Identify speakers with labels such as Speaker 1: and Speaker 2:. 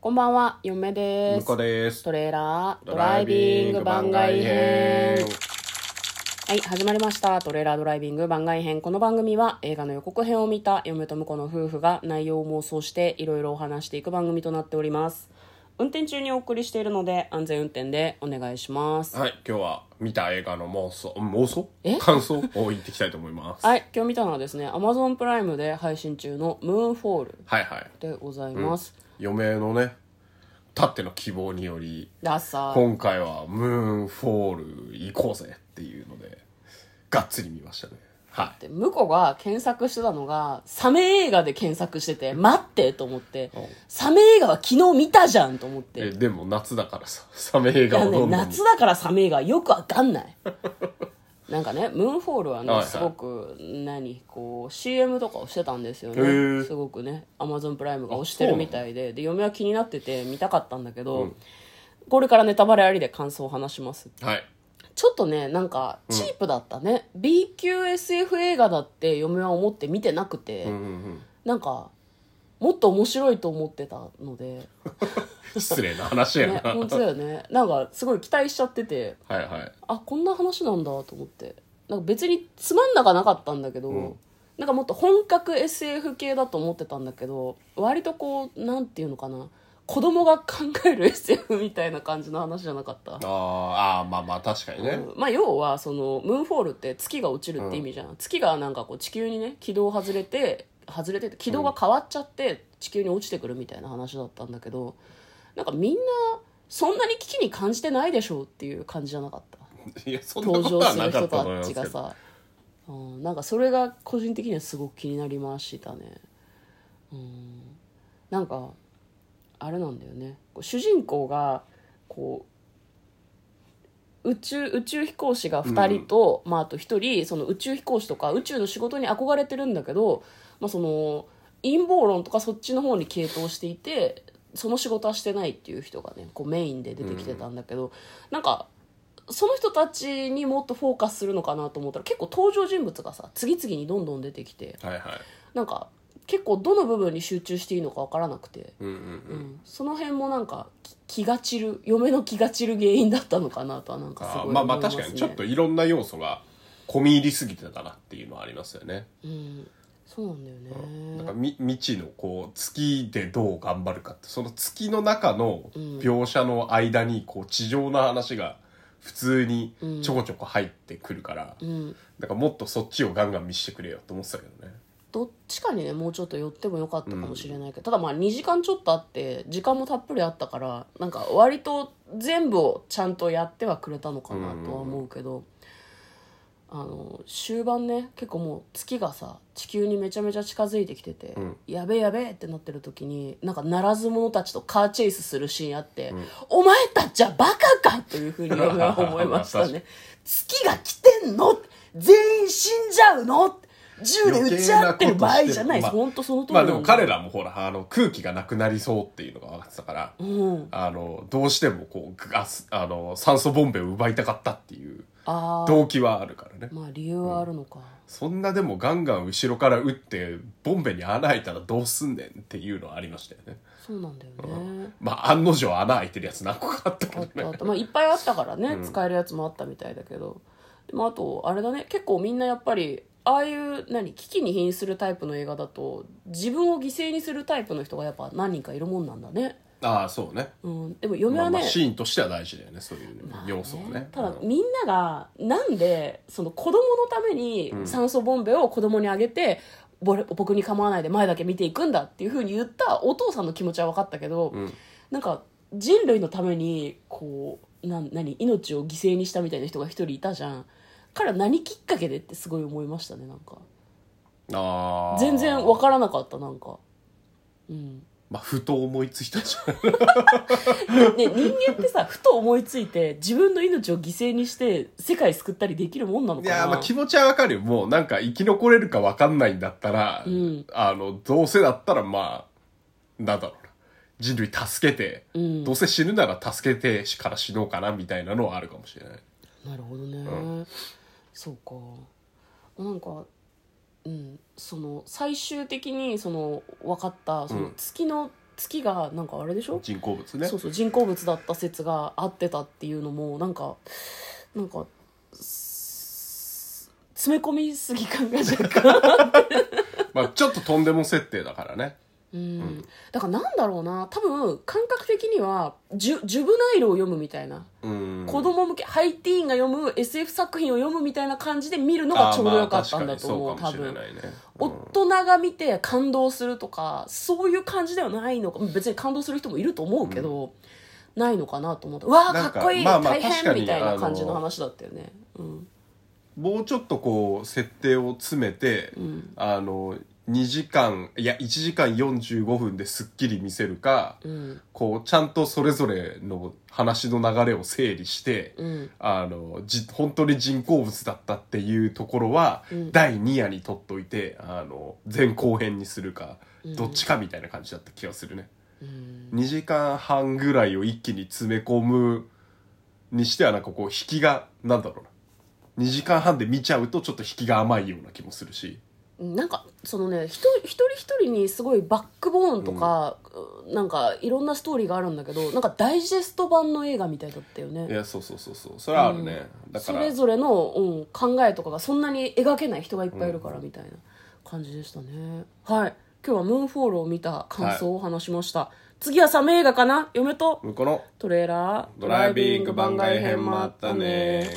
Speaker 1: こんばんは、嫁です。
Speaker 2: 向こうです
Speaker 1: トレーラードライビング番外編。はい、始まりました。トレーラードライビング番外編。この番組は映画の予告編を見た嫁と婿の夫婦が内容を妄想していろいろお話していく番組となっております。運転中にお送りしているので安全運転でお願いします。
Speaker 2: はい今日は見た映画の妄想妄想
Speaker 1: え
Speaker 2: 感想を言っていきたいと思います、
Speaker 1: はい、今日見たのはですね、Amazon プライムで配信中のムーンフォール
Speaker 2: はいはい
Speaker 1: でございます。
Speaker 2: 嫁のねたっての希望により
Speaker 1: で、朝、
Speaker 2: 今回はムーンフォール行こうぜっていうのでがっつり見ましたねは
Speaker 1: で向こうが検索してたのがサメ映画で検索してて待ってと思って
Speaker 2: うん
Speaker 1: サメ映画は昨日見たじゃんと思っ
Speaker 2: い
Speaker 1: て
Speaker 2: え
Speaker 1: い
Speaker 2: でも夏だからさサメ映画
Speaker 1: や
Speaker 2: を
Speaker 1: ね
Speaker 2: どんどん
Speaker 1: 夏だからサメ映画はよくわかんない なんかねムーンフォールはね、
Speaker 2: はいはい
Speaker 1: すごく何こう CM とかをしてたんですよ
Speaker 2: へ
Speaker 1: ね
Speaker 2: ー
Speaker 1: すごくねアマゾンプライムが推してるみたいでで嫁は気になってて見たかったんだけど、これからネタバレありで感想を話します
Speaker 2: はい
Speaker 1: ちょっとねなんかチープだったね、B 級 SF 映画だって嫁は思って見てなくて、
Speaker 2: うんうん
Speaker 1: なんかもっと面白いと思ってたの で、
Speaker 2: うん失礼な話や
Speaker 1: ね、
Speaker 2: な、
Speaker 1: 本当だよねなんかすごい期待しちゃってて
Speaker 2: はいはい
Speaker 1: あこんな話なんだと思ってなんか別につまんなかなかったんだけど、
Speaker 2: うん
Speaker 1: なんかもっと本格 SF 系だと思ってたんだけど割とこうなんていうのかな子供が考える SF みたいな感じの話じゃなかった
Speaker 2: あーあーまあまあ確かにね、
Speaker 1: うんまあ要はそのムーンフォールって月が落ちるって意味じゃん、月がなんかこう地球にね軌道を外れて外れてて軌道が変わっちゃって地球に落ちてくるみたいな話だったんだけどなんかみんなそんなに危機に感じてないでしょうっていう感じじゃなかった
Speaker 2: いやそんなこ
Speaker 1: 登
Speaker 2: と
Speaker 1: 場
Speaker 2: は
Speaker 1: する
Speaker 2: なか
Speaker 1: 人
Speaker 2: ったと思い
Speaker 1: た
Speaker 2: ます
Speaker 1: ち
Speaker 2: けど
Speaker 1: がさ、うん、なんかそれが個人的にはすごく気になりましたねうんなんかあれなんだよねこう主人公がこう宇宙宇宙飛行士が2人と、まあ、あと1人その宇宙飛行士とか宇宙の仕事に憧れてるんだけど、まあ、その陰謀論とかそっちの方に傾倒していてその仕事はしてないっていう人がねこうメインで出てきてたんだけど、なんかその人たちにもっとフォーカスするのかなと思ったら結構登場人物がさ次々にどんどん出てきて
Speaker 2: はいはい
Speaker 1: なんか結構どの部分に集中していいのかわからなくて、
Speaker 2: うんうんうん
Speaker 1: うんその辺もなんかき気が散る嫁の気が散る原因だったのかなとはなんかすご
Speaker 2: あ
Speaker 1: い
Speaker 2: ー
Speaker 1: 思い
Speaker 2: まあま
Speaker 1: ま
Speaker 2: あ
Speaker 1: す、ね、
Speaker 2: 確かにちょっといろんな要素が込み入りすぎてたなっていうのはありますよね、
Speaker 1: うんそうなんだよ
Speaker 2: なん
Speaker 1: ね
Speaker 2: かみ未知のこう月でどう頑張るかってその月の中の
Speaker 1: うん
Speaker 2: 描写の間にこう地上の話が普通にちょこちょこ入ってくるから、
Speaker 1: うん
Speaker 2: なんかもっとそっちをガンガン見せてくれよと思ってたけどね
Speaker 1: どっちかにねもうちょっと寄ってもよかったかもしれないけど、ただまあ2時間ちょっとあって時間もたっぷりあったからなんか割と全部をちゃんとやってはくれたのかなとは思うけど、あの終盤ね結構もう月がさ地球にめちゃめちゃ近づいてきてて、
Speaker 2: ん
Speaker 1: やべえやべえってなってる時になんかならず者たちとカーチェイスするシーンあって、お前たちはバカかというふうに俺は思いました
Speaker 2: 確か
Speaker 1: ね月が来てんの全員死んじゃうの銃で撃ち合ってる場合じゃないです、
Speaker 2: 余計なことしてるまあ
Speaker 1: 本当その通りな
Speaker 2: まあ
Speaker 1: ん
Speaker 2: で
Speaker 1: だ
Speaker 2: も彼らもほらあの空気がなくなりそうっていうのが分かってたから、
Speaker 1: うん
Speaker 2: あのどうしてもこうガスあの酸素ボンベを奪いたかったっていう
Speaker 1: ああ
Speaker 2: 動機はあるからね
Speaker 1: まあ理由はあるのか、
Speaker 2: そんなでもガンガン後ろから撃ってボンベに穴開いたらどうすんねんっていうのはありましたよね
Speaker 1: そうなんだよね、
Speaker 2: まあ案の定穴開いてるやつ何個かあったけ
Speaker 1: あ
Speaker 2: ど
Speaker 1: ったあっ
Speaker 2: ね
Speaker 1: たまあいっぱいあったからね、使えるやつもあったみたいだけどでもあとあれだね結構みんなやっぱりああいう何危機に瀕するタイプの映画だと自分を犠牲にするタイプの人がやっぱ何人かいるもんなんだね、
Speaker 2: ああそうね
Speaker 1: うん、でも嫁
Speaker 2: ま
Speaker 1: は
Speaker 2: あ、
Speaker 1: ね、
Speaker 2: まあシーンとしては大事だよねそういうね
Speaker 1: まあね
Speaker 2: 要素をね
Speaker 1: ただ
Speaker 2: うん
Speaker 1: みんながなんでその子供のために酸素ボンベを子供にあげて、ぼれ僕に構わないで前だけ見ていくんだっていうふうに言ったお父さんの気持ちは分かったけど、
Speaker 2: ん
Speaker 1: なんか人類のためにこうなん何命を犠牲にしたみたいな人が一人いたじゃんから何きっかけでってすごい思いましたねなんか
Speaker 2: ああ
Speaker 1: 全然分からなかったなんかうん
Speaker 2: まあふと思いついたじゃん
Speaker 1: ね、人間ってさふと思いついて自分の命を犠牲にして世界救ったりできるもんなの
Speaker 2: い
Speaker 1: かな
Speaker 2: やーまあ気持ちはわかるよもうなんか生き残れるかわかんないんだったら、
Speaker 1: うん
Speaker 2: あのどうせだったらまあなんだろうな人類助けて、
Speaker 1: うん
Speaker 2: どうせ死ぬなら助けてから死のうかなみたいなのはあるかもしれない
Speaker 1: なるほどね、そうかなんかうんその最終的にその分かったその
Speaker 2: うん
Speaker 1: 月の月がなんかあれでしょ
Speaker 2: 人工物ね
Speaker 1: そうそう人工物だった説が合ってたっていうのもなんかなんかす詰め込みすぎ感が若干
Speaker 2: まあちょっととんでも設定だからね
Speaker 1: うんだからなんだろうな多分感覚的にはジュジュブナイルを読むみたいな、
Speaker 2: うん
Speaker 1: 子供向けハイティーンが読む SF 作品を読むみたいな感じで見るのがちょうどよかったんだと思う,、
Speaker 2: あーま
Speaker 1: 多
Speaker 2: あ確かにそうかもしれ
Speaker 1: 分
Speaker 2: ないね
Speaker 1: 大人が見て感動するとかそういう感じではないのか別に感動する人もいると思うけど、ないのかなと思ってうわあ
Speaker 2: な
Speaker 1: か
Speaker 2: んか
Speaker 1: っこいい、
Speaker 2: まあまあ
Speaker 1: 大
Speaker 2: 確か
Speaker 1: 変
Speaker 2: に
Speaker 1: みたい
Speaker 2: あ
Speaker 1: な
Speaker 2: の
Speaker 1: 感じの話だったよね、うん、
Speaker 2: もうちょっとこう設定を詰めて、あの2時間いや1時間45分ですっきり見せるか、
Speaker 1: ん
Speaker 2: こうちゃんとそれぞれの話の流れを整理して、
Speaker 1: ん
Speaker 2: あのじ本当に人工物だったっていうところは、第2夜に取っといてあの前後編にするか、どっちかみたいな感じだった気がするね。2時間半ぐらいを一気に詰め込むにしてはなんかこう引きがなんだろうな2時間半で見ちゃうとちょっと引きが甘いような気もするし
Speaker 1: なんかそのね一人一人一人にすごいバックボーンとか、うんなんかいろんなストーリーがあるんだけどなんかダイジェスト版の映画みたいだったよ
Speaker 2: い
Speaker 1: ね
Speaker 2: やそうそうそうそうそれはあるね、だか
Speaker 1: そ
Speaker 2: ら
Speaker 1: れぞれの、うん、考えとかがそんなに描けない人がいっぱいいるからみたいな感じでしたね、はい今日は「ムーンフォール」を見た感想を話しました、次はサメ映画かな嫁と
Speaker 2: 向こうの
Speaker 1: トレーラー
Speaker 2: ドライビング番外編もあったね